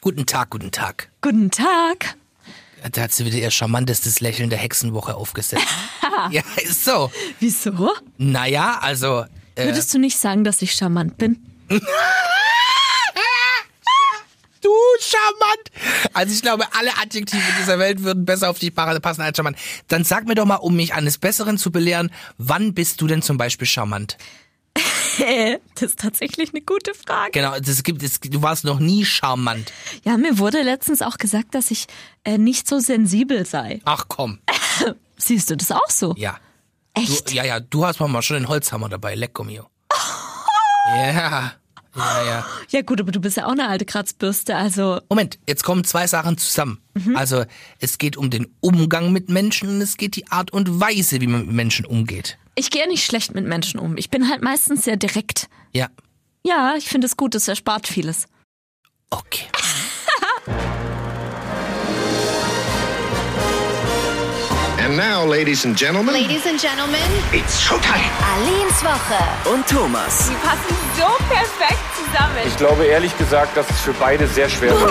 Guten Tag, guten Tag. Guten Tag. Da hat sie wieder ihr charmantestes Lächeln der Hexenwoche aufgesetzt. ja, ist so. Wieso? Naja, also. Äh, Würdest du nicht sagen, dass ich charmant bin? du charmant! Also ich glaube, alle Adjektive dieser Welt würden besser auf dich passen als charmant. Dann sag mir doch mal, um mich eines Besseren zu belehren, wann bist du denn zum Beispiel charmant? das ist tatsächlich eine gute Frage. Genau, das gibt, es, du warst noch nie charmant. Ja, mir wurde letztens auch gesagt, dass ich äh, nicht so sensibel sei. Ach komm, Siehst du das auch so? ja. Echt? Du, ja, ja, du hast mal schon den Holzhammer dabei, lecko mio. Ja, ja, ja. Ja gut, aber du bist ja auch eine alte Kratzbürste, also Moment, jetzt kommen zwei Sachen zusammen. Also es geht um den Umgang mit Menschen und es geht die Art und Weise, wie man mit Menschen umgeht. ich gehe nicht schlecht mit Menschen um. Ich bin halt meistens sehr direkt. Ja, Ja, ich finde es gut, es erspart vieles. okay. And now, ladies and gentlemen, Ladies and Gentlemen, it's showtime. Aleens Woche. und Thomas. Die passen so perfekt zusammen. Ich glaube ehrlich gesagt, dass es für beide sehr schwer wird.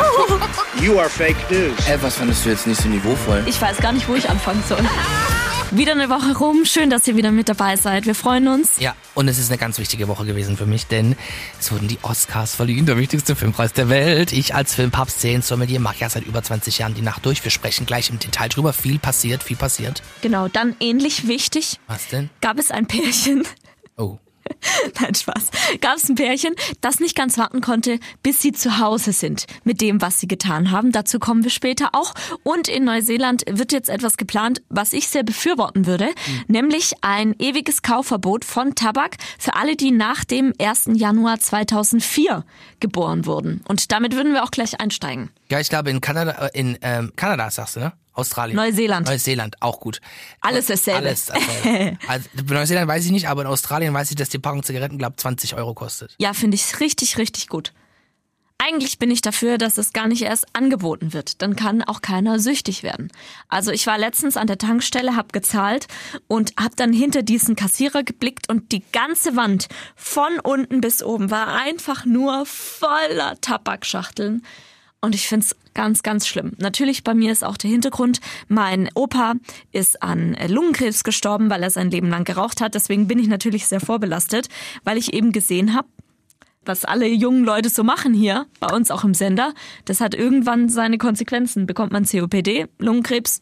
You are fake news. Hey, was fandest du jetzt nicht so niveauvoll? Ich weiß gar nicht, wo ich anfangen soll. Wieder eine Woche rum. Schön, dass ihr wieder mit dabei seid. Wir freuen uns. Ja, und es ist eine ganz wichtige Woche gewesen für mich, denn es wurden die Oscars verliehen, der wichtigste Filmpreis der Welt. Ich als Filmpapst Sommelier mache ja seit über 20 Jahren die Nacht durch. Wir sprechen gleich im Detail drüber. Viel passiert, viel passiert. Genau, dann ähnlich wichtig Was denn? gab es ein Pärchen. Oh. Nein, Spaß. Gab es ein Pärchen, das nicht ganz warten konnte, bis sie zu Hause sind mit dem, was sie getan haben. Dazu kommen wir später auch. Und in Neuseeland wird jetzt etwas geplant, was ich sehr befürworten würde, nämlich ein ewiges Kaufverbot von Tabak für alle, die nach dem 1. Januar 2004 geboren wurden. Und damit würden wir auch gleich einsteigen. Ja, ich glaube in Kanada, äh, in ähm, Kanada sagst du, ne? Australien. Neuseeland. Neuseeland, auch gut. Alles Und- dasselbe. Alles dasselbe. also, bei Neuseeland weiß ich nicht, aber in Australien weiß ich, dass die Packung Zigaretten, glaube 20 Euro kostet. Ja, finde ich richtig, richtig gut. Eigentlich bin ich dafür, dass es gar nicht erst angeboten wird. Dann kann auch keiner süchtig werden. Also ich war letztens an der Tankstelle, hab gezahlt und hab dann hinter diesen Kassierer geblickt und die ganze Wand von unten bis oben war einfach nur voller Tabakschachteln. Und ich find's ganz, ganz schlimm. Natürlich bei mir ist auch der Hintergrund, mein Opa ist an äh, Lungenkrebs gestorben, weil er sein Leben lang geraucht hat. Deswegen bin ich natürlich sehr vorbelastet, weil ich eben gesehen habe, was alle jungen Leute so machen hier, bei uns auch im Sender, das hat irgendwann seine Konsequenzen. Bekommt man COPD, Lungenkrebs,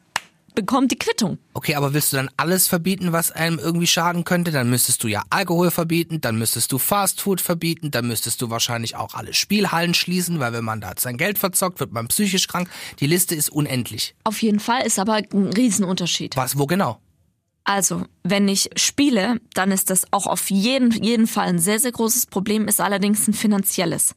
bekommt die Quittung. Okay, aber willst du dann alles verbieten, was einem irgendwie schaden könnte? Dann müsstest du ja Alkohol verbieten, dann müsstest du Fastfood verbieten, dann müsstest du wahrscheinlich auch alle Spielhallen schließen, weil wenn man da sein Geld verzockt, wird man psychisch krank. Die Liste ist unendlich. Auf jeden Fall ist aber ein Riesenunterschied. Was, wo genau? Also, wenn ich spiele, dann ist das auch auf jeden, jeden Fall ein sehr, sehr großes Problem, ist allerdings ein finanzielles.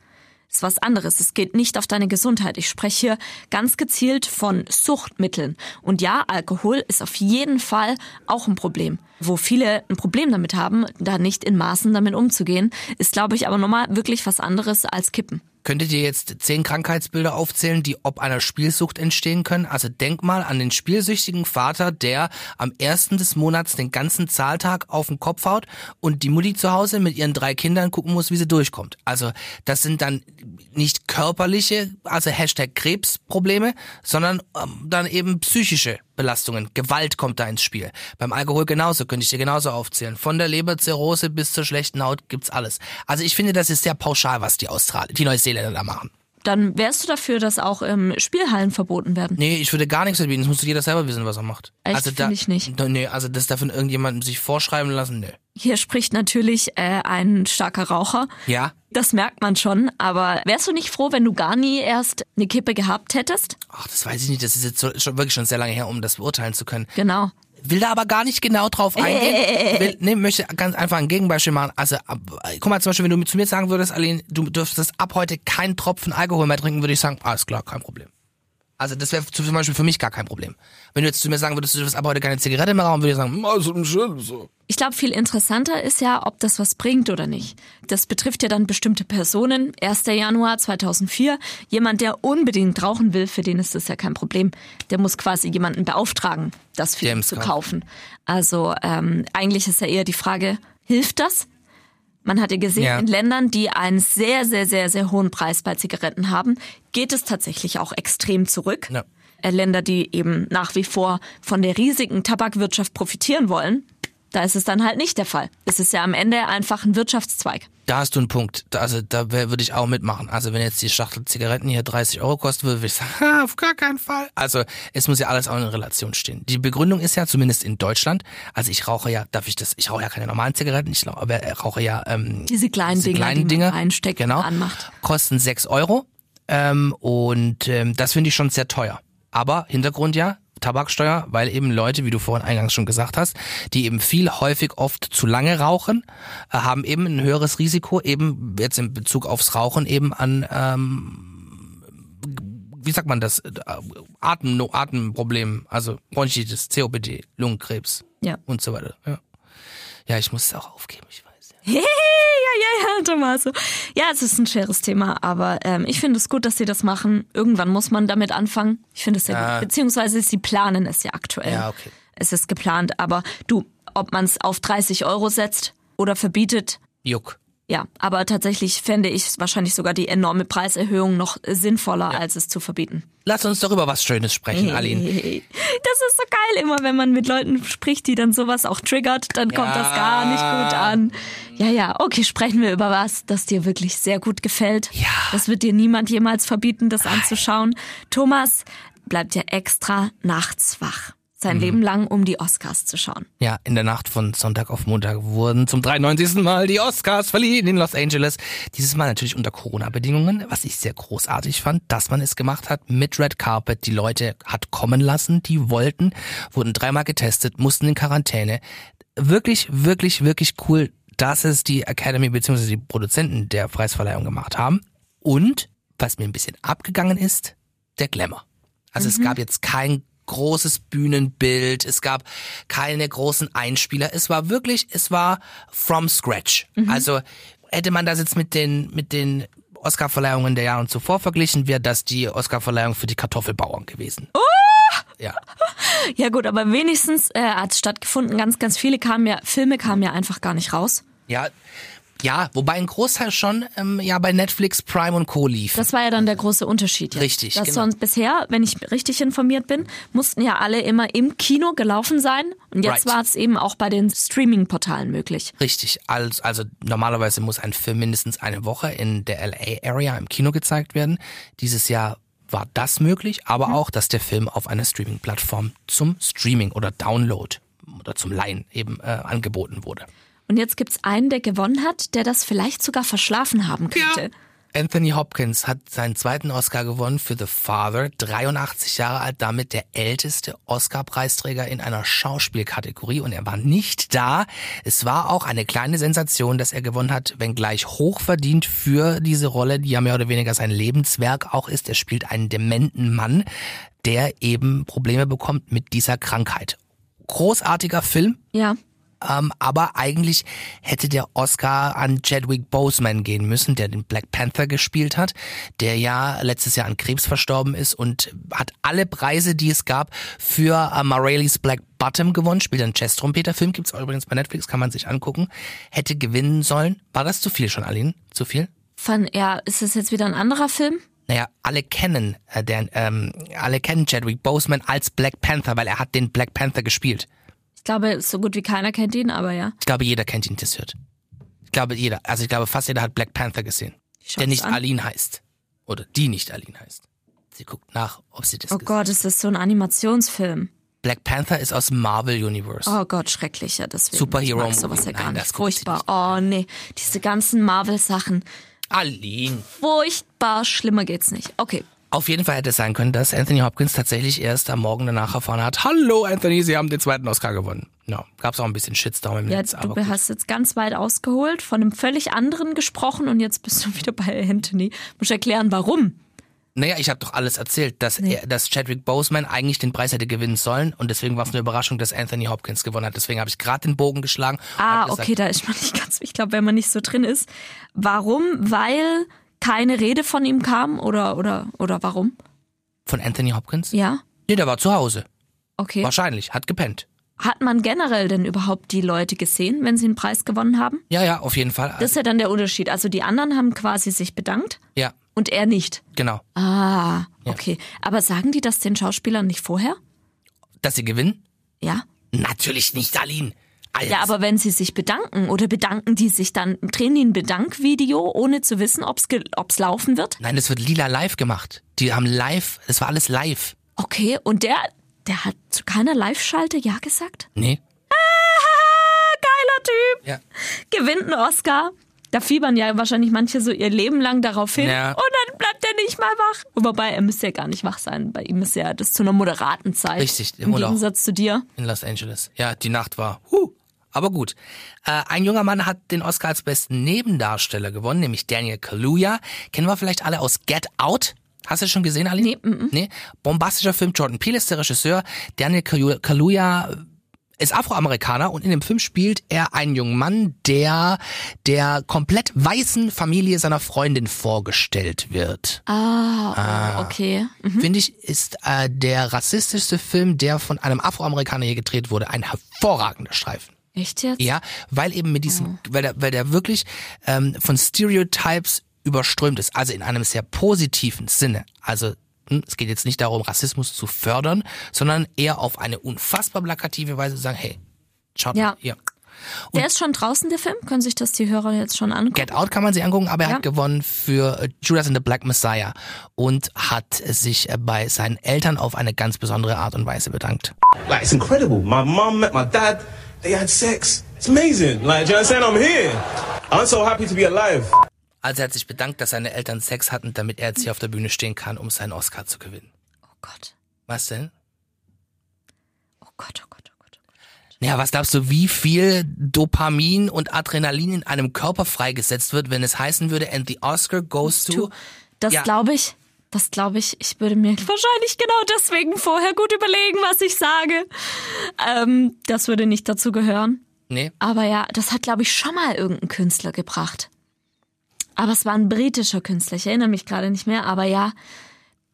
Ist was anderes. Es geht nicht auf deine Gesundheit. Ich spreche hier ganz gezielt von Suchtmitteln. Und ja, Alkohol ist auf jeden Fall auch ein Problem. Wo viele ein Problem damit haben, da nicht in Maßen damit umzugehen, ist, glaube ich, aber nochmal wirklich was anderes als Kippen. Könntet ihr jetzt zehn Krankheitsbilder aufzählen, die ob einer Spielsucht entstehen können? Also denk mal an den spielsüchtigen Vater, der am ersten des Monats den ganzen Zahltag auf den Kopf haut und die Mutti zu Hause mit ihren drei Kindern gucken muss, wie sie durchkommt. Also das sind dann nicht körperliche, also Hashtag Krebsprobleme, sondern ähm, dann eben psychische Belastungen. Gewalt kommt da ins Spiel. Beim Alkohol genauso, könnte ich dir genauso aufzählen. Von der Leberzirrhose bis zur schlechten Haut gibt's alles. Also ich finde, das ist sehr pauschal, was die Australier, die Neuseeländer da machen. Dann wärst du dafür, dass auch ähm, Spielhallen verboten werden. Nee, ich würde gar nichts verbieten. Das muss jeder selber wissen, was er macht. Echt? also da, Finde ich nicht. Nee, also das darf von irgendjemandem sich vorschreiben lassen, nö. Hier spricht natürlich äh, ein starker Raucher. Ja? Das merkt man schon, aber wärst du nicht froh, wenn du gar nie erst eine Kippe gehabt hättest? Ach, das weiß ich nicht. Das ist jetzt so, schon wirklich schon sehr lange her, um das beurteilen zu können. Genau. Will da aber gar nicht genau drauf eingehen. Will, nee, möchte ganz einfach ein Gegenbeispiel machen. Also, ab, guck mal, zum Beispiel, wenn du zu mir sagen würdest, Aline, du dürftest ab heute keinen Tropfen Alkohol mehr trinken, würde ich sagen, alles klar, kein Problem. Also, das wäre zum Beispiel für mich gar kein Problem. Wenn du jetzt zu mir sagen würdest, du dürfst ab heute keine Zigarette mehr rauchen, würde ich sagen, "Hm, also schön so. Ich glaube, viel interessanter ist ja, ob das was bringt oder nicht. Das betrifft ja dann bestimmte Personen. 1. Januar 2004, jemand, der unbedingt rauchen will, für den ist das ja kein Problem. Der muss quasi jemanden beauftragen, das für Der ihn muss zu kaufen. kaufen. Also ähm, eigentlich ist ja eher die Frage, hilft das? Man hat ja gesehen, Ja. in Ländern, die einen sehr, sehr, sehr, sehr hohen Preis bei Zigaretten haben, geht es tatsächlich auch extrem zurück. Ja. Äh, Länder, die eben nach wie vor von der riesigen Tabakwirtschaft profitieren wollen, da ist es dann halt nicht der Fall. Es ist ja am Ende einfach ein Wirtschaftszweig. Da hast du einen Punkt. Da, also da wär- würde ich auch mitmachen. Also wenn jetzt die Schachtel Zigaretten hier 30 Euro kosten würde, würde ich sagen, ha, auf gar keinen Fall. Also es muss ja alles auch in Relation stehen. Die Begründung ist ja, zumindest in Deutschland, also ich rauche ja, darf ich das, ich rauche ja keine normalen Zigaretten, ich rauche, aber äh, rauche ja ähm, Diese kleinen diese Dinger, kleinen die man Dinge, reinsteckt genau, und anmacht. kosten 6 Euro. Ähm, und ähm, das finde ich schon sehr teuer. Aber Hintergrund ja, Tabaksteuer, weil eben Leute, wie du vorhin eingangs schon gesagt hast, die eben viel häufig oft zu lange rauchen, äh, haben eben ein höheres Risiko, eben jetzt in Bezug aufs Rauchen eben an, ähm, wie sagt man das, äh, Atem, no, Atemproblemen, also Bronchitis, COPD, Lungenkrebs Ja. und so weiter. Ja, ja ich muss es auch aufgeben, ich weiß. ja, ja, Tommaso. Ja, es ist ein schweres Thema, aber ähm, ich finde es gut, dass sie das machen. Irgendwann muss man damit anfangen. Ich finde es sehr gut. Beziehungsweise sie planen es ja aktuell. Ah. Ja, okay. Es ist geplant, aber du, ob man es auf 30 Euro setzt oder verbietet, Juck. ja, aber tatsächlich fände ich wahrscheinlich sogar die enorme Preiserhöhung noch sinnvoller, als es zu verbieten. Lass uns doch über was Schönes sprechen, Mhm. Aline. Das ist so geil immer, wenn man mit Leuten spricht, die dann sowas auch triggert, dann kommt das gar nicht gut an. Ja, ja, okay, sprechen wir über was, das dir wirklich sehr gut gefällt. Ja. Das wird dir niemand jemals verbieten, das anzuschauen. Thomas bleibt ja extra nachts wach. Sein Leben lang, um die Oscars zu schauen. Ja, in der Nacht von Sonntag auf Montag wurden zum 93. Mal die Oscars verliehen in Los Angeles. Dieses Mal natürlich unter Corona-Bedingungen, was ich sehr großartig fand, dass man es gemacht hat mit Red Carpet. Die Leute hat kommen lassen, die wollten, wurden dreimal getestet, mussten in Quarantäne. Wirklich, wirklich, wirklich cool, dass es die Academy bzw. die Produzenten der Preisverleihung gemacht haben. Und, was mir ein bisschen abgegangen ist, der Glamour. Also es gab jetzt kein großes Bühnenbild, es gab keine großen Einspieler. Es war wirklich, es war from scratch. Also hätte man das jetzt mit den, mit den Oscarverleihungen der Jahre zuvor verglichen, wäre das die Oscarverleihung für die Kartoffelbauern gewesen. Ja. Ja gut, aber wenigstens äh, hat es stattgefunden. Ganz, ganz viele kamen ja, Filme kamen ja einfach gar nicht raus. Ja. Ja, wobei ein Großteil schon ähm, ja bei Netflix, Prime und Co. lief. Das war ja dann der große Unterschied. Jetzt. Richtig, Dass genau. sonst bisher, wenn ich richtig informiert bin, mussten ja alle immer im Kino gelaufen sein. Und jetzt Right. war es eben auch bei den Streaming-Portalen möglich. Richtig. Also, also normalerweise muss ein Film mindestens eine Woche in der LA-Area im Kino gezeigt werden. Dieses Jahr war das möglich, aber auch, dass der Film auf einer Streaming-Plattform zum Streaming oder Download oder zum Laien eben äh, angeboten wurde. Und jetzt gibt's einen, der gewonnen hat, der das vielleicht sogar verschlafen haben könnte. Anthony Hopkins hat seinen zweiten Oscar gewonnen für The Father, 83 Jahre alt, damit der älteste Oscar-Preisträger in einer Schauspielkategorie und er war nicht da. Es war auch eine kleine Sensation, dass er gewonnen hat, wenngleich hochverdient für diese Rolle, die ja mehr oder weniger sein Lebenswerk auch ist. Er spielt einen dementen Mann, der eben Probleme bekommt mit dieser Krankheit. Großartiger Film, Ja. ähm, aber eigentlich hätte der Oscar an Chadwick Boseman gehen müssen, der den Black Panther gespielt hat, der ja letztes Jahr an Krebs verstorben ist und hat alle Preise, die es gab, für äh, Morales Black Bottom gewonnen, spielt einen Chess-Trompeter-Film, gibt's auch übrigens bei Netflix, kann man sich angucken, hätte gewinnen sollen. War das zu viel schon, Aline? Zu viel? Von, ja, ist es jetzt wieder ein anderer Film? Naja, alle kennen, äh, der, ähm, alle kennen Chadwick Boseman als Black Panther, weil er hat den Black Panther gespielt. Ich glaube, so gut wie keiner kennt ihn, aber ja. Ich glaube, jeder kennt ihn, das hört. Ich glaube, jeder. Also ich glaube, fast jeder hat Black Panther gesehen. Ich schau's Der nicht an. Aline heißt. Oder die nicht Aline heißt. Sie guckt nach, ob sie das Oh gesehen Gott, ist das so ein Animationsfilm? hat. Black Panther ist aus dem Marvel Universe. Oh Gott, schrecklicher, deswegen. Superhero Ich mag sowas Movie. ja gar Nein, nicht. das guckt sie Furchtbar. Oh nee, diese ganzen Marvel-Sachen. Aline. furchtbar. Schlimmer geht's nicht. Okay. Auf jeden Fall hätte es sein können, dass Anthony Hopkins tatsächlich erst am Morgen danach erfahren hat, hallo Anthony, Sie haben den zweiten Oscar gewonnen. Ja, gab's auch ein bisschen Shitstorm im Ja, Netz. du aber gut. hast jetzt ganz weit ausgeholt, von einem völlig anderen gesprochen und jetzt bist du wieder bei Anthony. Muss erklären, warum. Naja, ich habe doch alles erzählt, dass, er, dass Chadwick Boseman eigentlich den Preis hätte gewinnen sollen und deswegen war es eine Überraschung, dass Anthony Hopkins gewonnen hat. Deswegen habe ich gerade den Bogen geschlagen. und Ah, hab gesagt, okay, da ist man nicht ganz. Ich glaube, wenn man nicht so drin ist. Warum? Weil keine Rede von ihm kam oder oder oder warum? Von Anthony Hopkins? Ja, Nee, der war zu Hause. okay. Wahrscheinlich. Hat gepennt. Hat man generell denn überhaupt die Leute gesehen, wenn sie einen Preis gewonnen haben? Ja, ja, auf jeden Fall. Das ist ja dann der Unterschied. Also die anderen haben quasi sich bedankt ja, und er nicht. genau. Ah, okay. Aber sagen die das den Schauspielern nicht vorher? Dass sie gewinnen? Ja. Natürlich nicht, Aline. Als- Ja, aber wenn sie sich bedanken oder bedanken die sich dann, drehen die ein Bedankvideo, ohne zu wissen, ob's, ge- ob's laufen wird? Nein, das wird lila live gemacht. Die haben live, es war alles live. Okay, und der, der hat zu keiner Live-Schalte Ja gesagt? Nee? Ah, Geiler Typ! Ja. Gewinnt einen Oscar. Da fiebern ja wahrscheinlich manche so ihr Leben lang darauf hin. Ja. Und dann bleibt er nicht mal wach. Wobei, er müsste ja gar nicht wach sein. Bei ihm ist ja das zu einer moderaten Zeit. Richtig, im Im Urlaub. Gegensatz zu dir. In Los Angeles. Ja, die Nacht war. Huh. Aber gut. Äh, ein junger Mann hat den Oscar als besten Nebendarsteller gewonnen, nämlich Daniel Kaluuya. Kennen wir vielleicht alle aus Get Out? Hast du das schon gesehen, Ali? Nee, m nee. Bombastischer Film. Jordan Peele ist der Regisseur. Daniel Kalu- Kaluuya äh, ist Afroamerikaner und in dem Film spielt er einen jungen Mann, der der komplett weißen Familie seiner Freundin vorgestellt wird. Ah. Okay. Finde ich, ist äh, der rassistischste Film, der von einem Afroamerikaner hier gedreht wurde, ein hervorragender Streifen. Echt jetzt? Ja, weil eben mit Mhm. diesem, weil, der, weil der wirklich ähm, von Stereotypes überströmt ist, also in einem sehr positiven Sinne. Also hm, es geht jetzt nicht darum, Rassismus zu fördern, sondern eher auf eine unfassbar plakative Weise zu sagen, hey, schaut Ja. mal hier. Der ist schon draußen, der Film? Können sich das die Hörer jetzt schon angucken? Get Out kann man sich angucken, aber er Ja. hat gewonnen für äh, Judas and the Black Messiah und hat sich äh, bei seinen Eltern auf eine ganz besondere Art und Weise bedankt. Like, it's incredible. My mom met my dad. They had sex. It's amazing. Like, do you understand? I'm here. I'm so happy to be alive. Also er hat sich bedankt, dass seine Eltern Sex hatten, damit er jetzt hier auf der Bühne stehen kann, um seinen Oscar zu gewinnen. Oh Gott. Was denn? Oh Gott, oh Gott, oh Gott. Oh Gott. Naja, was glaubst du, wie viel Dopamin und Adrenalin in einem Körper freigesetzt wird, wenn es heißen würde, and the Oscar goes to... Das Ja. glaube ich. Das glaube ich. Ich würde mir wahrscheinlich genau deswegen vorher gut überlegen, was ich sage. Ähm, das würde nicht dazu gehören. Nee, Aber ja, das hat, glaube ich, schon mal irgendein Künstler gebracht. Aber es war ein britischer Künstler. Ich erinnere mich gerade nicht mehr. Aber ja,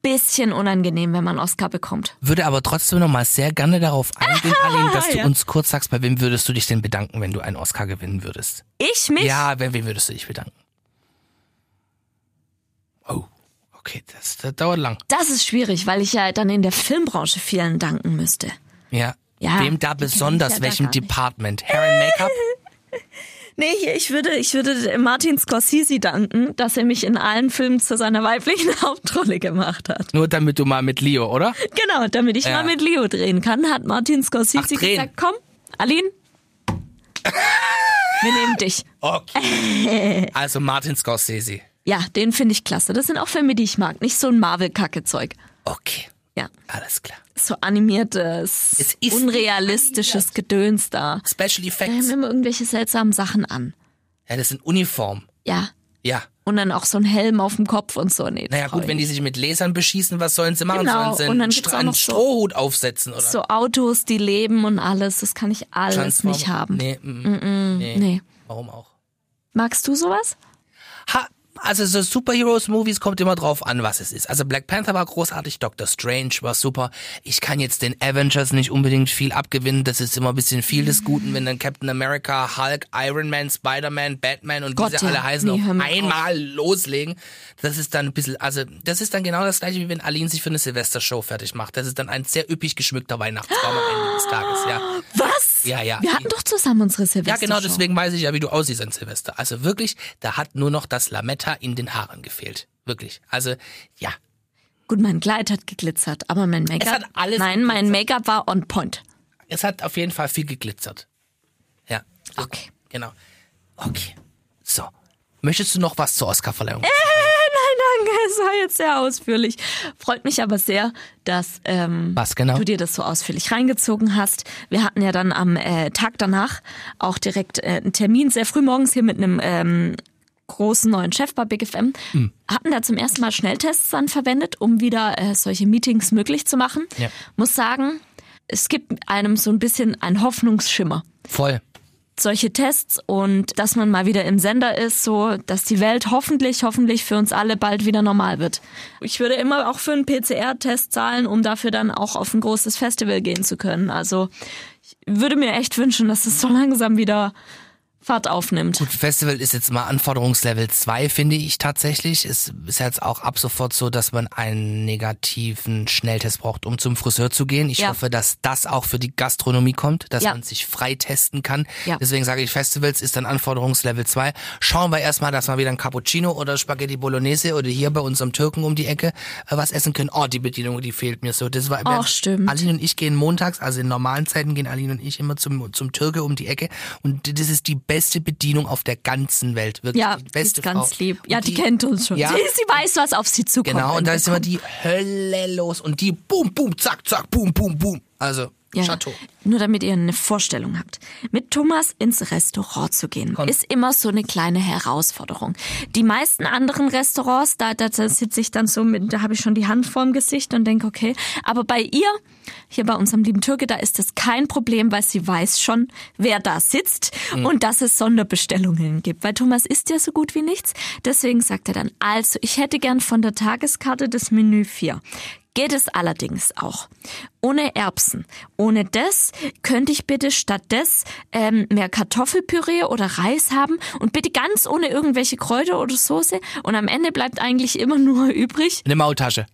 bisschen unangenehm, wenn man Oscar bekommt. würde aber trotzdem nochmal sehr gerne darauf eingehen, Aline, dass du ja. uns kurz sagst, bei wem würdest du dich denn bedanken, wenn du einen Oscar gewinnen würdest? Ich mich? Ja, bei wem würdest du dich bedanken? Oh, okay, das, das dauert lang. Das ist schwierig, weil ich ja dann in der Filmbranche vielen danken müsste. Ja. Ja, Wem da die kenn ich besonders, ja da welchem gar nicht. Department? Hair and Make-up? Nee, hier, ich würde, ich würde Martin Scorsese danken, dass er mich in allen Filmen zu seiner weiblichen Hauptrolle gemacht hat. Nur damit du mal mit Leo, oder? Genau, damit ich Ja. mal mit Leo drehen kann, hat Martin Scorsese Ach, drehen. gesagt, komm, Aline, wir nehmen dich. Okay. Also Martin Scorsese. Ja, den finde ich klasse. Das sind auch Filme, die ich mag. Nicht so ein Marvel-Kacke-Zeug. Okay, Ja, alles klar. so animiertes, Es ist unrealistisches Gedöns da. Special Da haben Effects. immer irgendwelche seltsamen Sachen an. Ja, das sind Uniform. Ja, Ja. und dann auch so ein Helm auf dem Kopf und so. Nee, das Naja, brauch gut, ich wenn die sich mit Lasern beschießen, was sollen sie machen? Genau, Sollen sie und einen, dann gibt's Stra- auch einen noch so- Strohhut aufsetzen oder So Autos, die leben und alles, das kann ich alles Transform- nicht haben. Nee, mm, nee. Nee. Warum auch? Magst du sowas? Ha, also so Superheroes-Movies kommt immer drauf an, was es ist. Also Black Panther war großartig, Doctor Strange war super. Ich kann jetzt den Avengers nicht unbedingt viel abgewinnen. Das ist immer ein bisschen viel des Guten, wenn dann Captain America, Hulk, Iron Man, Spider-Man, Batman und Gott, wie sie ja. alle heißen Nee, hör auf mir einmal loslegen. Das ist dann ein bisschen, also das ist dann genau das gleiche, wie wenn Aline sich für eine Silvestershow fertig macht. Das ist dann ein sehr üppig geschmückter Weihnachtsbaum am Ende des Tages, ja. Was? Ja, ja. Ah, Wir hatten doch zusammen unsere Ja, Silvester. genau, deswegen weiß ich ja, wie du aussiehst an Silvester. Also wirklich, da hat nur noch das Lametta in den Haaren gefehlt. Wirklich. Also, ja. Gut, mein Kleid hat geglitzert, aber mein Make-up. Es hat alles Nein, mein Make-up war on point. Es hat auf jeden Fall viel geglitzert. Ja. Okay. Genau. Okay. So. Möchtest du noch was zur Oscarverleihung? Äh? Danke, es war jetzt sehr ausführlich. Freut mich aber sehr, dass ähm, Was genau? du dir das so ausführlich reingezogen hast. Wir hatten ja dann am äh, Tag danach auch direkt äh, einen Termin, sehr früh morgens hier mit einem ähm, großen neuen Chef bei Big FM. Hm. Hatten da zum ersten Mal Schnelltests dann verwendet, um wieder äh, solche Meetings möglich zu machen. Ja. Muss sagen, es gibt einem so ein bisschen einen Hoffnungsschimmer Voll. solche Tests und dass man mal wieder im Sender ist, so dass die Welt hoffentlich, hoffentlich für uns alle bald wieder normal wird. Ich würde immer auch für einen PCR-Test zahlen, um dafür dann auch auf ein großes Festival gehen zu können. Also ich würde mir echt wünschen, dass es so langsam wieder Fahrt aufnimmt. Festival ist jetzt mal Anforderungslevel 2, finde ich tatsächlich. Es ist jetzt auch ab sofort so, dass man einen negativen Schnelltest braucht, um zum Friseur zu gehen. Ich Ja. hoffe, dass das auch für die Gastronomie kommt, dass Ja. man sich frei testen kann. Ja. Deswegen sage ich, Festivals ist dann Anforderungslevel 2. Schauen wir erstmal, dass wir wieder ein Cappuccino oder Spaghetti Bolognese oder hier bei unserem Türken um die Ecke äh, was essen können. Oh, die Bedienung, die fehlt mir so. Das war wir- Ach, stimmt. Aline und ich gehen montags, also in normalen Zeiten gehen Aline und ich immer zum, zum Türke um die Ecke. Und das ist die beste Bedienung auf der ganzen Welt. Wirklich Ja, die die beste ist ganz Frau. lieb. Und Ja, die, kennt uns schon. Ja, Sie, sie weiß, was auf sie zukommt. genau. wenn Und da wir ist immer kommen. die Hölle los. Und die boom, boom, zack, zack, boom, boom, boom. Also, Ja, Chateau. Nur damit ihr eine Vorstellung habt. Mit Thomas ins Restaurant zu gehen, ist immer so eine kleine Herausforderung. Die meisten anderen Restaurants, da, da, da sitze ich dann so mit, da habe ich schon die Hand vorm Gesicht und denke, okay. Aber bei ihr, hier bei unserem lieben Türke, da ist das kein Problem, weil sie weiß schon, wer da sitzt und dass es Sonderbestellungen gibt. Weil Thomas isst ja so gut wie nichts. Deswegen sagt er dann, also ich hätte gern von der Tageskarte das Menü 4 geht es allerdings auch. Ohne Erbsen. Ohne das könnte ich bitte statt des ähm, mehr Kartoffelpüree oder Reis haben und bitte ganz ohne irgendwelche Kräuter oder Soße. Und am Ende bleibt eigentlich immer nur übrig. Eine Maultasche.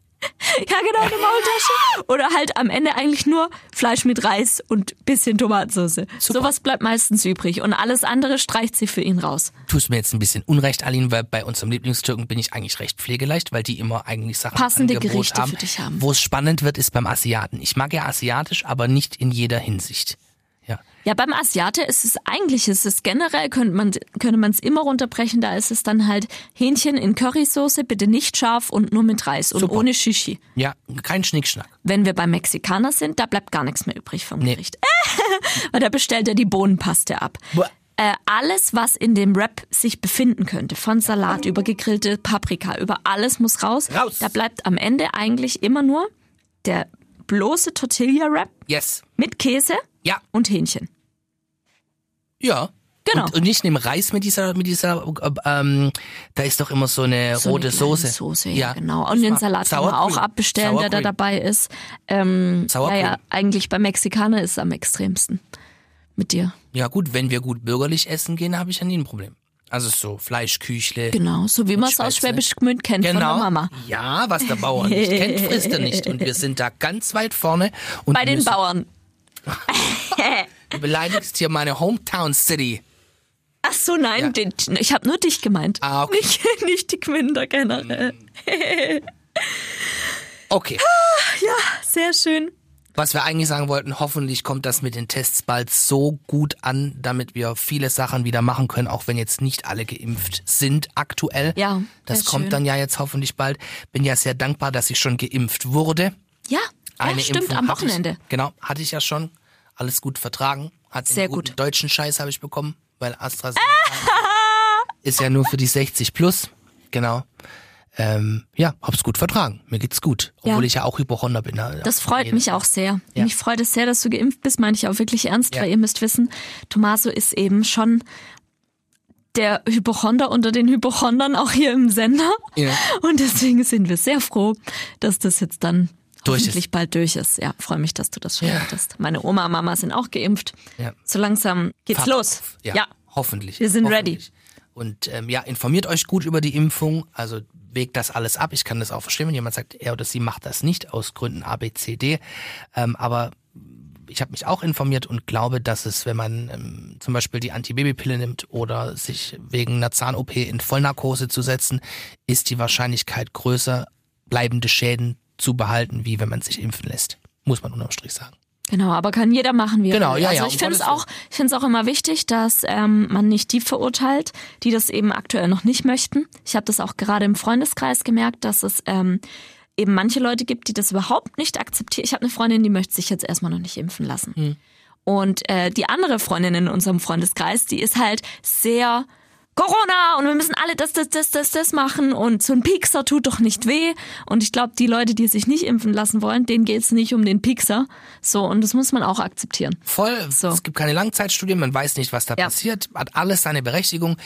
Ja, genau, eine Maultasche. Oder halt am Ende eigentlich nur Fleisch mit Reis und bisschen Tomatensauce. Sowas bleibt meistens übrig. Und alles andere streicht sie für ihn raus. Tust mir jetzt ein bisschen Unrecht, Aline, weil bei unserem Lieblingstürken bin ich eigentlich recht pflegeleicht, weil die immer eigentlich Sachen im Passende Angebot Gerichte haben. für dich haben. Wo es spannend wird, ist beim Asiaten. Ich mag ja asiatisch, aber nicht in jeder Hinsicht. Ja. Ja, beim Asiate ist es eigentlich, ist es generell, könnte man könnte man es immer runterbrechen, da ist es dann halt Hähnchen in Currysoße, bitte nicht scharf und nur mit Reis und Super. ohne Shishi. Ja, kein Schnickschnack. Wenn wir beim Mexikaner sind, da bleibt gar nichts mehr übrig vom Nee. Gericht. Weil da bestellt er die Bohnenpaste ab. Buah. Äh, alles, was in dem Wrap sich befinden könnte, von Salat über gegrillte Paprika, über alles muss raus. Raus. Da bleibt am Ende eigentlich immer nur der bloße Tortilla-Wrap Yes. mit Käse Ja. und Hähnchen. Ja. Genau. Und, und nicht neben Reis mit dieser, mit dieser, äh, ähm, da ist doch immer so eine So rote eine kleine Soße. Soße, ja, genau. Und den Salat kann man Sauergrün. auch abbestellen, der da Sauergrün. dabei ist. Ähm, ja, Sauergrün. ja, eigentlich bei Mexikaner ist es am extremsten. Mit dir. Ja gut, wenn wir gut bürgerlich essen gehen, habe ich ja nie ein Problem. Also so Fleischküchle. Genau, so wie man es aus Schweizer. Schwäbisch Gmünd kennt von der Genau. Mama. Ja, was der Bauer nicht kennt, frisst er nicht. Und wir sind da ganz weit vorne. Und Bei den müssen- Bauern. Du beleidigst hier meine Hometown City. Ach so, nein, Ja. den, ich habe nur dich gemeint. Ah, okay. Hm. nicht, nicht die Gmünder generell. Okay. Sehr schön. Was wir eigentlich sagen wollten, hoffentlich kommt das mit den Tests bald so gut an, damit wir viele Sachen wieder machen können, auch wenn jetzt nicht alle geimpft sind aktuell. Ja, Das wär kommt schön. dann ja jetzt hoffentlich bald. Bin ja sehr dankbar, dass ich schon geimpft wurde. Ja, ja Eine stimmt, Impfung am hatte Wochenende. Ich, genau, hatte ich ja schon. Alles gut vertragen. Hat Sehr den guten gut. deutschen Scheiß habe ich bekommen, weil AstraZeneca ist ja nur für die 60 plus. Genau. Ähm, ja, hab's gut vertragen. Mir geht's gut. Ja. Obwohl ich ja auch Hypochonder bin. ne? Das freut Jedes mich Mal. auch sehr. Ja. Mich freut es sehr, dass du geimpft bist, meine ich auch wirklich ernst, Ja. weil ihr müsst wissen, Tommaso ist eben schon der Hypochonder unter den Hypochondern auch hier im Sender. Ja. Und deswegen sind wir sehr froh, dass das jetzt dann Durch ist. hoffentlich bald durch ist. Ja, freue mich, dass du das schon Ja. hattest. Meine Oma und Mama sind auch geimpft. Ja. So langsam geht's Fahrt los. auf. Ja, ja. hoffentlich. Wir sind hoffentlich. ready. Und ähm, ja, informiert euch gut über die Impfung. Also wägt das alles ab. Ich kann das auch verstehen, wenn jemand sagt, er oder sie macht das nicht aus Gründen A, B, C, D. Ähm, aber ich habe mich auch informiert und glaube, dass es, wenn man ähm, zum Beispiel die Antibabypille nimmt oder sich wegen einer Zahn-OP in Vollnarkose zu setzen, ist die Wahrscheinlichkeit größer, bleibende Schäden zu behalten, wie wenn man sich impfen lässt. Muss man unterm Strich sagen. Genau, aber kann jeder machen, wie er Genau, will. ja, also ja, ich um finde es Gottes auch, ich finde es auch immer wichtig, dass ähm, man nicht die verurteilt, die das eben aktuell noch nicht möchten. Ich habe das auch gerade im Freundeskreis gemerkt, dass es ähm, eben manche Leute gibt, die das überhaupt nicht akzeptieren. Ich habe eine Freundin, die möchte sich jetzt erstmal noch nicht impfen lassen. Und äh, die andere Freundin in unserem Freundeskreis, die ist halt sehr Corona und wir müssen alle das, das, das, das, das machen und so ein Pixar tut doch nicht weh. Und ich glaube, die Leute, die sich nicht impfen lassen wollen, denen geht's nicht um den Pixar. So, und das muss man auch akzeptieren. Voll, So. es gibt keine Langzeitstudien, man weiß nicht, was da Ja. passiert, hat alles seine Berechtigung.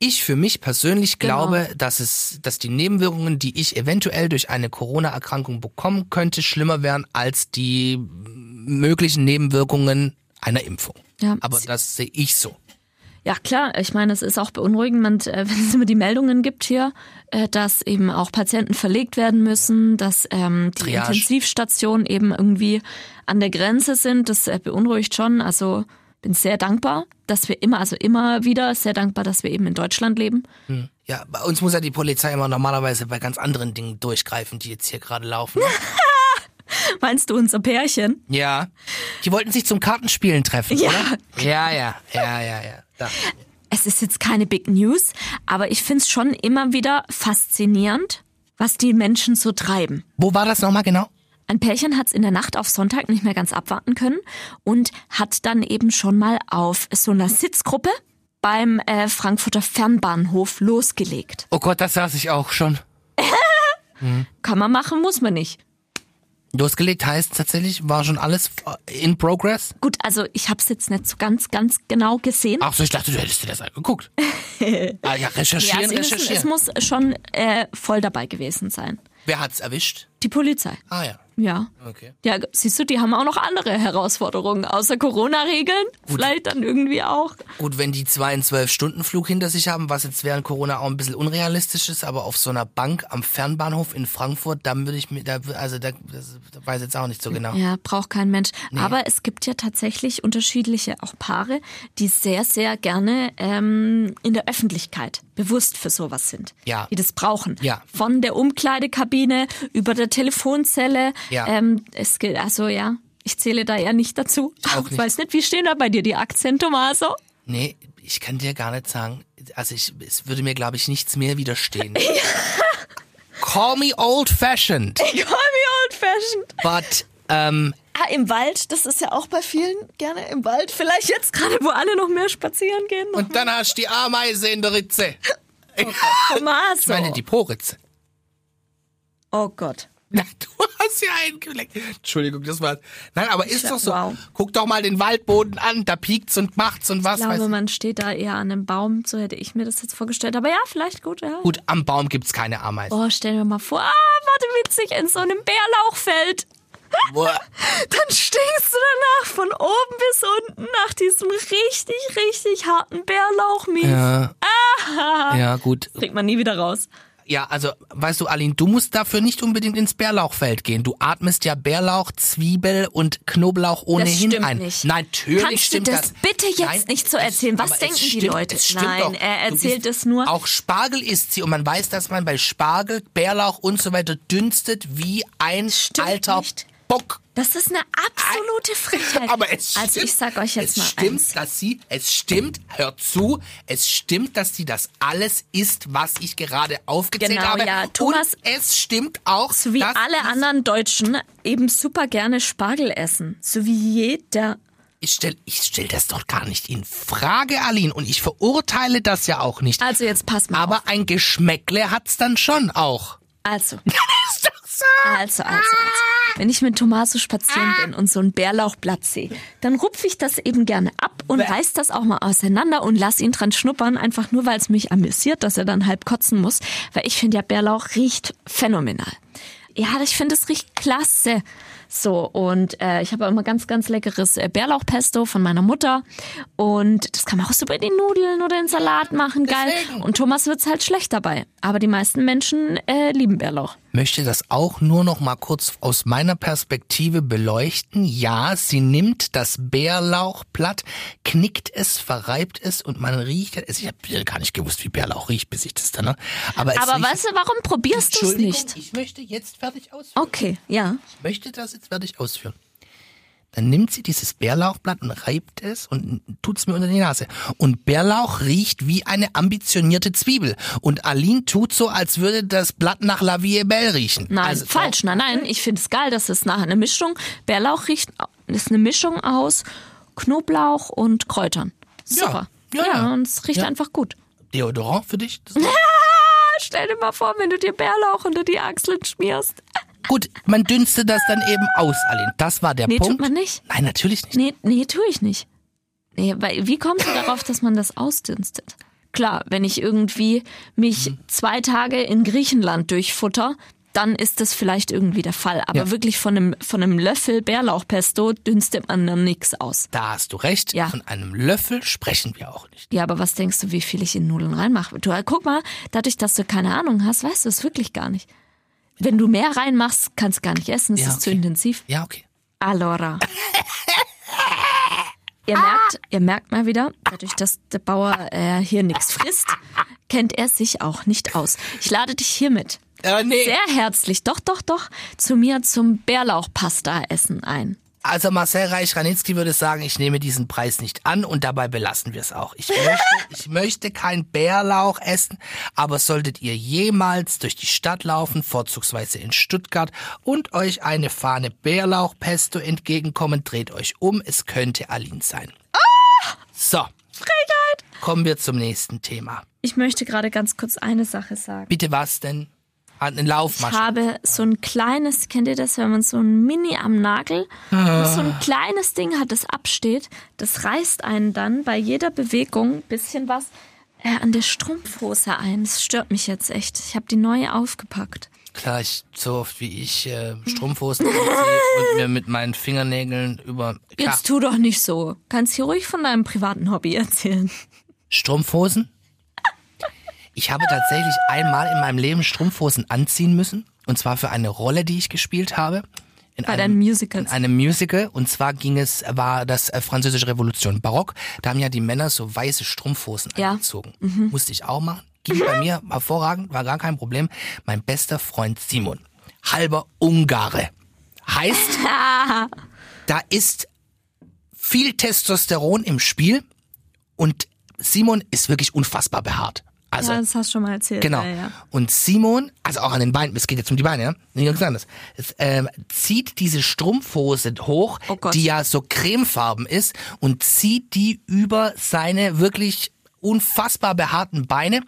Ich für mich persönlich Genau. glaube, dass es, dass die Nebenwirkungen, die ich eventuell durch eine Corona-Erkrankung bekommen könnte, schlimmer wären als die möglichen Nebenwirkungen einer Impfung. Ja. Aber das sehe ich so. Ja, klar. Ich meine, es ist auch beunruhigend, man, äh, wenn es immer die Meldungen gibt hier, äh, dass eben auch Patienten verlegt werden müssen, dass ähm, die Triage. Intensivstationen eben irgendwie an der Grenze sind. Das äh, beunruhigt schon. Also bin sehr dankbar, dass wir immer, also immer wieder sehr dankbar, dass wir eben in Deutschland leben. Ja, bei uns muss ja die Polizei immer normalerweise bei ganz anderen Dingen durchgreifen, die jetzt hier gerade laufen. Meinst du unser Pärchen? ja. Die wollten sich zum Kartenspielen treffen, Ja. oder? Ja, ja, ja, ja, ja. Da. Es ist jetzt keine Big News, aber ich find's schon immer wieder faszinierend, was die Menschen so treiben. Wo war das nochmal genau? Ein Pärchen hat es in der Nacht auf Sonntag nicht mehr ganz abwarten können und hat dann eben schon mal auf so einer Sitzgruppe beim äh, Frankfurter Fernbahnhof losgelegt. Oh Gott, das saß ich auch schon. Kann man machen, muss man nicht. Losgelegt heißt tatsächlich, war schon alles in progress? Gut, also ich habe es jetzt nicht so ganz, ganz genau gesehen. Ach so, ich dachte, du hättest dir das angeguckt. ah ja, Ja, recherchieren, also es, es recherchieren. muss schon äh, voll dabei gewesen sein. Wer hat's erwischt? Die Polizei, Ah ja, ja. okay. Ja, siehst du, die haben auch noch andere Herausforderungen, außer Corona-Regeln. Vielleicht dann irgendwie auch. Gut, wenn die zwei einen Zwölf-Stunden-Flug hinter sich haben, was jetzt während Corona auch ein bisschen unrealistisch ist, aber auf so einer Bank am Fernbahnhof in Frankfurt, da würde ich mir, da, also da, das weiß ich jetzt auch nicht so genau. Ja, braucht kein Mensch. Aber es gibt ja tatsächlich unterschiedliche auch Paare, die sehr, sehr gerne ähm, in der Öffentlichkeit bewusst für sowas sind. Ja. Die das brauchen. Ja. Von der Umkleidekabine über der Telefonzelle. Ja. Ähm, es gilt, also ja, ich zähle da eher nicht dazu. Ich auch nicht. weiß nicht, wie stehen da bei dir die Aktien, Tommaso? Nee, ich kann dir gar nicht sagen. Also ich, es würde mir, glaube ich, nichts mehr widerstehen. Call me old-fashioned, Ich call me old fashioned. but, ähm, Ah, im Wald, das ist ja auch bei vielen gerne im Wald. Vielleicht jetzt gerade, wo alle noch mehr spazieren gehen. Und dann hast du die Ameise in der Ritze. Tommaso. Ich meine die Po-Ritze. oh Gott. Na, du hast ja einen geleckt. Entschuldigung, das war's. Nein, aber ist doch so. wow. Guck doch mal den Waldboden an. Da piekt's und macht's und was Ich glaube, weiß ich. man steht da eher an einem Baum, so hätte ich mir das jetzt vorgestellt. Aber ja, vielleicht gut, ja. Gut, am Baum gibt's keine Ameisen. Boah, stell dir mal vor, ah, warte, witzig, in so einem Bärlauchfeld. Boah. Dann stinkst du danach von oben bis unten nach diesem richtig, richtig harten Bärlauchmies. Ja. ja, gut. Kriegt man nie wieder raus. Ja, also, weißt du, Aline, du musst dafür nicht unbedingt ins Bärlauchfeld gehen. Du atmest ja Bärlauch, Zwiebel und Knoblauch ohnehin stimmt ein. nicht. Nein, natürlich Kannst du stimmt das bitte jetzt Nein, nicht so es- erzählen? Was aber es denken die stimmt, Leute? Es stimmt Nein, doch. er Du erzählt bist- es nur. Auch Spargel isst sie und man weiß, dass man bei Spargel, Bärlauch und so weiter dünstet wie ein Stimmt alter nicht. Bock. Das ist eine absolute Frechheit. Aber es also stimmt, ich sag euch jetzt es mal stimmt, eins. dass sie, es stimmt, hört zu, es stimmt, dass sie das alles ist, was ich gerade aufgezählt Genau, habe. ja, Thomas- und es stimmt auch, So wie dass alle anderen Deutschen eben super gerne Spargel essen. So wie jeder Ich stell, ich stell das doch gar nicht in Frage, Aline, und ich verurteile das ja auch nicht. Also jetzt pass mal. auf. Aber ein Geschmäckle hat's dann schon auch. also, Das ist doch so. also, also, also. Wenn ich mit Tommaso spazieren bin und so ein Bärlauchblatt sehe, dann rupfe ich das eben gerne ab und reiß das auch mal auseinander und lass ihn dran schnuppern, einfach nur weil es mich amüsiert, dass er dann halb kotzen muss, weil ich finde ja Bärlauch riecht phänomenal. Ja, ich finde es riecht klasse. So, und äh, ich habe auch immer ganz, ganz leckeres äh, Bärlauchpesto von meiner Mutter. Und das kann man auch super in die Nudeln oder in den Salat machen. Geil. Und Thomas wird's halt schlecht dabei. Aber die meisten Menschen äh, lieben Bärlauch. möchte das auch nur noch mal kurz aus meiner Perspektive beleuchten. Ja, sie nimmt das Bärlauchblatt, knickt es, verreibt es und man riecht es. Ich habe gar nicht gewusst, wie Bärlauch riecht, bis ich das dann. Ne? Aber, es Aber riecht, weißt du, warum probierst du es Entschuldigung, nicht? Ich möchte jetzt fertig ausführen. Okay, ja. Ich möchte das jetzt fertig ausführen. Dann nimmt sie dieses Bärlauchblatt und reibt es und tut es mir unter die Nase. Und Bärlauch riecht wie eine ambitionierte Zwiebel. Und Aline tut so, als würde das Blatt nach La Vie est Belle riechen. Nein, Also, falsch. Nein, nein. Ich finde es geil, dass es nachher eine Mischung. Bärlauch riecht ist eine Mischung aus Knoblauch und Kräutern. Super. Ja, ja. und es riecht Ja. einfach gut. Deodorant für dich? Das Stell dir mal vor, wenn du dir Bärlauch unter die Achseln schmierst. Gut, man dünste das dann eben aus, Aline. Das war der Nee, tut Punkt. man nicht. Nein, natürlich nicht. Nee, nee, tue ich nicht. Nee, weil, wie kommst du darauf, dass man das ausdünstet? Klar, wenn ich irgendwie Mhm. mich zwei Tage in Griechenland durchfutter, dann ist das vielleicht irgendwie der Fall. Aber Ja. wirklich von einem, von einem Löffel Bärlauchpesto dünstet man dann nichts aus. Da hast du recht. Ja. Von einem Löffel sprechen wir auch nicht. Ja, aber was denkst du, wie viel ich in Nudeln reinmache? Du, äh, guck mal, dadurch, dass du keine Ahnung hast, weißt du es wirklich gar nicht. Wenn du mehr reinmachst, kannst du gar nicht essen. Es Ja, ist zu okay. intensiv. Ja, okay. Allora. ihr, merkt, ihr merkt mal wieder, dadurch, dass der Bauer äh, hier nichts frisst, kennt er sich auch nicht aus. Ich lade dich hiermit Äh, nee. sehr herzlich, doch, doch, doch, zu mir zum Bärlauchpasta-Essen ein. Also Marcel Reich-Ranitzky würde sagen, ich nehme diesen Preis nicht an und dabei belassen wir es auch. Ich möchte, ich möchte kein Bärlauch essen, aber solltet ihr jemals durch die Stadt laufen, vorzugsweise in Stuttgart, und euch eine Fahne Bärlauchpesto entgegenkommen, dreht euch um, es könnte Aline sein. Ah! So. Frechheit! Kommen wir zum nächsten Thema. Ich möchte gerade ganz kurz eine Sache sagen. Bitte was denn? Halt An den Ich Laufmaschen. habe so ein kleines, kennt ihr das, wenn man so ein Mini am Nagel, so Ah. ein kleines Ding hat, das absteht, das reißt einen dann bei jeder Bewegung ein bisschen was äh, an der Strumpfhose ein. Das stört mich jetzt echt. Ich habe die neue aufgepackt. Gleich so oft wie ich äh, Strumpfhosen anziehe und mir mit meinen Fingernägeln über... Klar. Jetzt tu doch nicht so. Kannst hier ruhig von deinem privaten Hobby erzählen. Strumpfhosen? Ich habe tatsächlich einmal in meinem Leben Strumpfhosen anziehen müssen. Und zwar für eine Rolle, die ich gespielt habe. In Bei deinen Musicals. In einem Musical. Und zwar ging es, war das äh, Französische Revolution Barock. Da haben ja die Männer so weiße Strumpfhosen Ja. Mhm. angezogen. Musste ich auch machen. Ging bei mir hervorragend, war gar kein Problem. Mein bester Freund Simon. Halber Ungare. Heißt, da ist viel Testosteron im Spiel und Simon ist wirklich unfassbar behaart. Also, ja, das hast du schon mal erzählt. genau. Ja, ja. Und Simon, also auch an den Beinen, es geht jetzt um die Beine, ja? Nichts anderes. Es, ähm, zieht diese Strumpfhose hoch, Oh Gott. die ja so cremefarben ist, und zieht die über seine wirklich unfassbar behaarten Beine.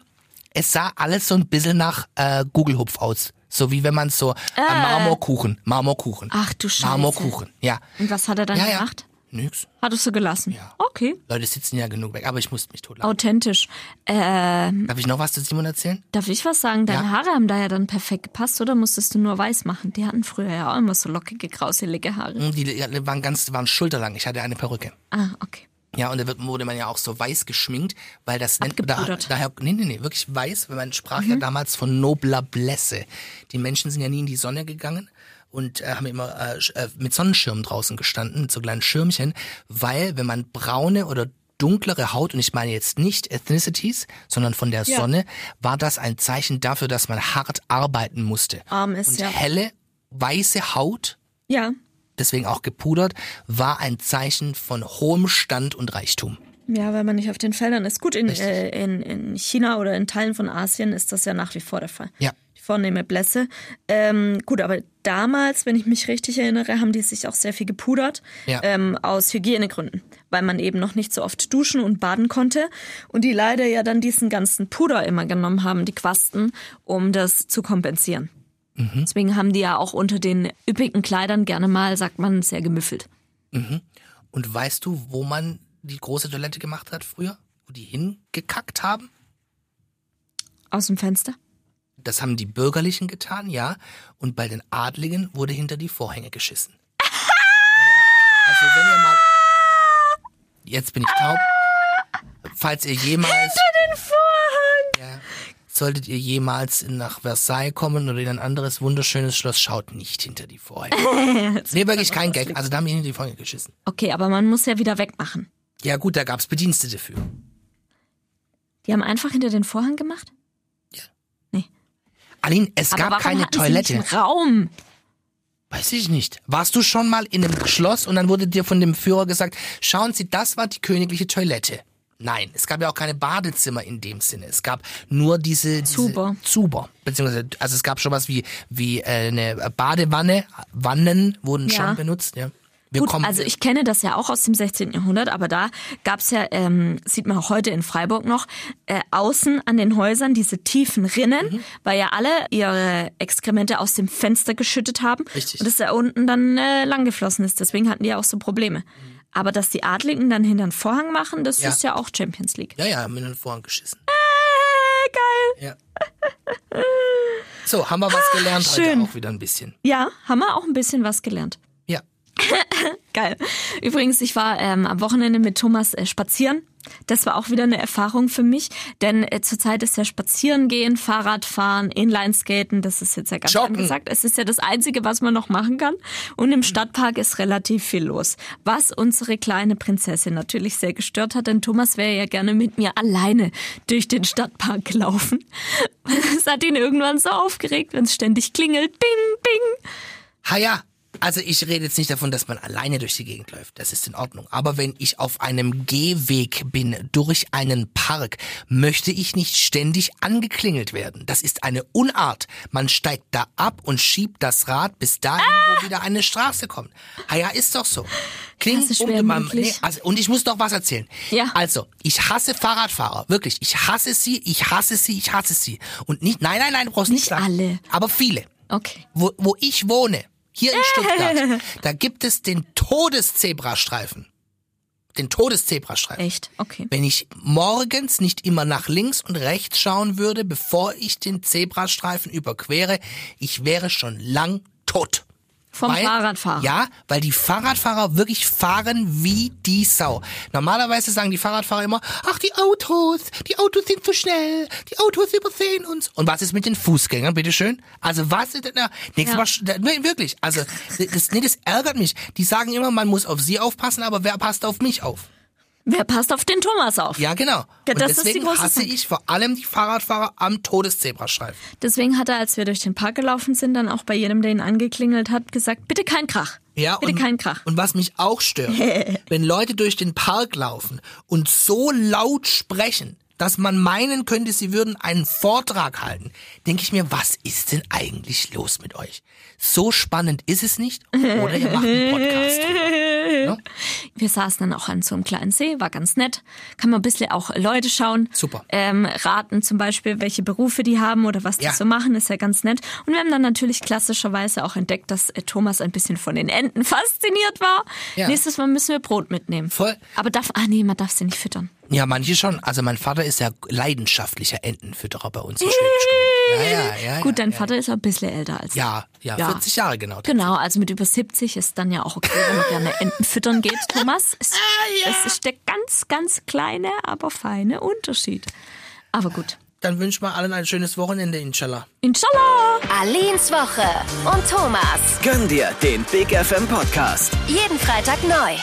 Es sah alles so ein bisschen nach äh, Gugelhupf aus. So wie wenn man so äh, Marmorkuchen, Marmorkuchen. Ah. Ach du Scheiße. Marmorkuchen, ja. Und was hat er dann ja, ja. gemacht? Nix. Hattest du gelassen? Okay. Leute sitzen ja genug weg, aber ich musste mich totlachen. Authentisch. Äh, Darf ich noch was zu Simon erzählen? Darf ich was sagen? Deine Ja. Haare haben da ja dann perfekt gepasst, oder musstest du nur weiß machen? Die hatten früher ja auch immer so lockige, grauselige Haare. Die waren ganz, waren schulterlang. Ich hatte eine Perücke. Ah, okay. Ja, und da wird, wurde man ja auch so weiß geschminkt, weil das nennt da, Abgepudert. daher, nee, nee, nee, wirklich weiß, weil man sprach ja damals von nobler Blässe. Die Menschen sind ja nie in die Sonne gegangen und äh, haben immer äh, sch- äh, mit Sonnenschirmen draußen gestanden, mit so kleinen Schirmchen, weil wenn man braune oder dunklere Haut, und ich meine jetzt nicht Ethnicities, sondern von der Sonne, war das ein Zeichen dafür, dass man hart arbeiten musste. Arm ist, und ja. helle, weiße Haut Ja. deswegen auch gepudert, war ein Zeichen von hohem Stand und Reichtum. Ja, weil man nicht auf den Feldern ist. Gut, in, äh, in, in China oder in Teilen von Asien ist das ja nach wie vor der Fall. Ja. Die vornehme Blässe. Ähm, gut, aber damals, wenn ich mich richtig erinnere, haben die sich auch sehr viel gepudert. Ja. Ähm, aus Hygienegründen. Weil man eben noch nicht so oft duschen und baden konnte. Und die leider ja dann diesen ganzen Puder immer genommen haben, die Quasten, um das zu kompensieren. Mhm. Deswegen haben die ja auch unter den üppigen Kleidern gerne mal, sagt man, sehr gemüffelt. Und weißt du, wo man die große Toilette gemacht hat früher? Wo die hingekackt haben? Aus dem Fenster. Das haben die Bürgerlichen getan, ja. Und bei den Adligen wurde hinter die Vorhänge geschissen. Ja, ja. also wenn ihr mal... Jetzt bin ich taub. Falls ihr jemals... Ja. Solltet ihr jemals nach Versailles kommen oder in ein anderes wunderschönes Schloss, schaut nicht hinter die Vorhänge. nee, wirklich kein Gag. Also da haben die hinter die Vorhänge geschissen. Okay, aber man muss ja wieder wegmachen. Ja gut, da gab's Bedienstete für. Die haben einfach hinter den Vorhang gemacht? Aline, es Aber gab warum keine hatten sie nicht Toilette. einen Raum. Weiß ich nicht. Warst du schon mal in einem Schloss und dann wurde dir von dem Führer gesagt, schauen Sie, das war die königliche Toilette. Nein, es gab ja auch keine Badezimmer in dem Sinne. Es gab nur diese diese Zuber. Zuber. Beziehungsweise, also es gab schon was wie, wie äh, eine Badewanne. Wannen wurden Ja. schon benutzt, ja. Wir Gut, kommen also ich kenne das ja auch aus dem 16. Jahrhundert, aber da gab's ja, ähm, sieht man auch heute in Freiburg noch, äh, außen an den Häusern diese tiefen Rinnen, Mhm. weil ja alle ihre Exkremente aus dem Fenster geschüttet haben Richtig. und es da unten dann äh, lang geflossen ist. Deswegen hatten die ja auch so Probleme. Aber dass die Adligen dann hinter einen Vorhang machen, das Mhm. Ja. ist ja auch Champions League. ja, ja, haben wir den Vorhang geschissen. Äh, geil. Ah, Ja. So, haben wir was gelernt schön. heute auch wieder ein bisschen. Ja, haben wir auch ein bisschen was gelernt. Ja. Geil. Übrigens, ich war ähm, am Wochenende mit Thomas äh, spazieren. Das war auch wieder eine Erfahrung für mich, denn äh, zurzeit ist ja Spazierengehen, Fahrradfahren, Inlineskaten, das ist jetzt ja ganz Joggen. angesagt. Es ist ja das Einzige, was man noch machen kann. Und im Stadtpark ist relativ viel los. Was unsere kleine Prinzessin natürlich sehr gestört hat, denn Thomas wäre ja gerne mit mir alleine durch den Stadtpark gelaufen. Das hat ihn irgendwann so aufgeregt, wenn es ständig klingelt. Bing, bing. Ha ja. Also ich rede jetzt nicht davon, dass man alleine durch die Gegend läuft. Das ist in Ordnung. Aber wenn ich auf einem Gehweg bin durch einen Park, möchte ich nicht ständig angeklingelt werden. Das ist eine Unart. Man steigt da ab und schiebt das Rad bis dahin, Ah! wo wieder eine Straße kommt. Ha ja, ist doch so. Klingt Das ist nee, schwermütlich. also, und ich muss noch was erzählen. Ja. Also, ich hasse Fahrradfahrer. Wirklich. Ich hasse sie, ich hasse sie, ich hasse sie. Und nicht, nein, nein, nein, du brauchst Nicht sagen. alle. Aber viele Okay. wo, wo ich wohne, hier in Stuttgart, da gibt es den Todeszebrastreifen. Den Todeszebrastreifen. Echt? Okay. Wenn ich morgens nicht immer nach links und rechts schauen würde, bevor ich den Zebrastreifen überquere, ich wäre schon lang tot. Vom Weil- Fahrradfahren. Ja, weil die Fahrradfahrer wirklich fahren wie die Sau. Normalerweise sagen die Fahrradfahrer immer, ach die Autos, die Autos sind zu schnell, die Autos übersehen uns. Und was ist mit den Fußgängern, bitteschön? Also was ist denn da? Nächstes Ja. Mal, sch- da- nee, wirklich, also das, nee, das ärgert mich. Die sagen immer, man muss auf sie aufpassen, aber wer passt auf mich auf? Wer passt auf den Thomas auf? Ja, genau. Ja, Und das ist die deswegen große hasse Sache. ich vor allem die Fahrradfahrer am Todeszebrastreifen. Deswegen hat er, als wir durch den Park gelaufen sind, dann auch bei jedem, der ihn angeklingelt hat, gesagt, bitte kein Krach. Ja, bitte und, kein Krach. Und was mich auch stört, wenn Leute durch den Park laufen und so laut sprechen, dass man meinen könnte, sie würden einen Vortrag halten, denke ich mir, was ist denn eigentlich los mit euch? So spannend ist es nicht, oder ihr macht einen Podcast. drüber. Ne? Wir saßen dann auch an so einem kleinen See, war ganz nett. Kann man ein bisschen auch Leute schauen. Super. Ähm, raten zum Beispiel, welche Berufe die haben oder was die Ja. so machen, ist ja ganz nett. Und wir haben dann natürlich klassischerweise auch entdeckt, dass äh, Thomas ein bisschen von den Enten fasziniert war. Ja. Nächstes Mal müssen wir Brot mitnehmen. Voll. Aber darf, ah nee, man darf sie nicht füttern. Ja, manche schon. Also mein Vater ist ja leidenschaftlicher Entenfütterer bei uns in Schwäbisch. Gall. Ja, ja, ja. Gut, ja, dein ja. Vater ist auch ein bisschen älter als Ja, ja, Ja. 40 Jahre genau. Genau, also mit über 70 ist dann ja auch okay, wenn man gerne Enten füttern geht, Thomas. Ah, Es, es ist der ganz, ganz kleine, aber feine Unterschied. Aber gut. Dann wünschen wir allen ein schönes Wochenende, inshallah. Inshallah! Aleens Woche und Thomas. Gönn dir den Big FM Podcast. Jeden Freitag neu.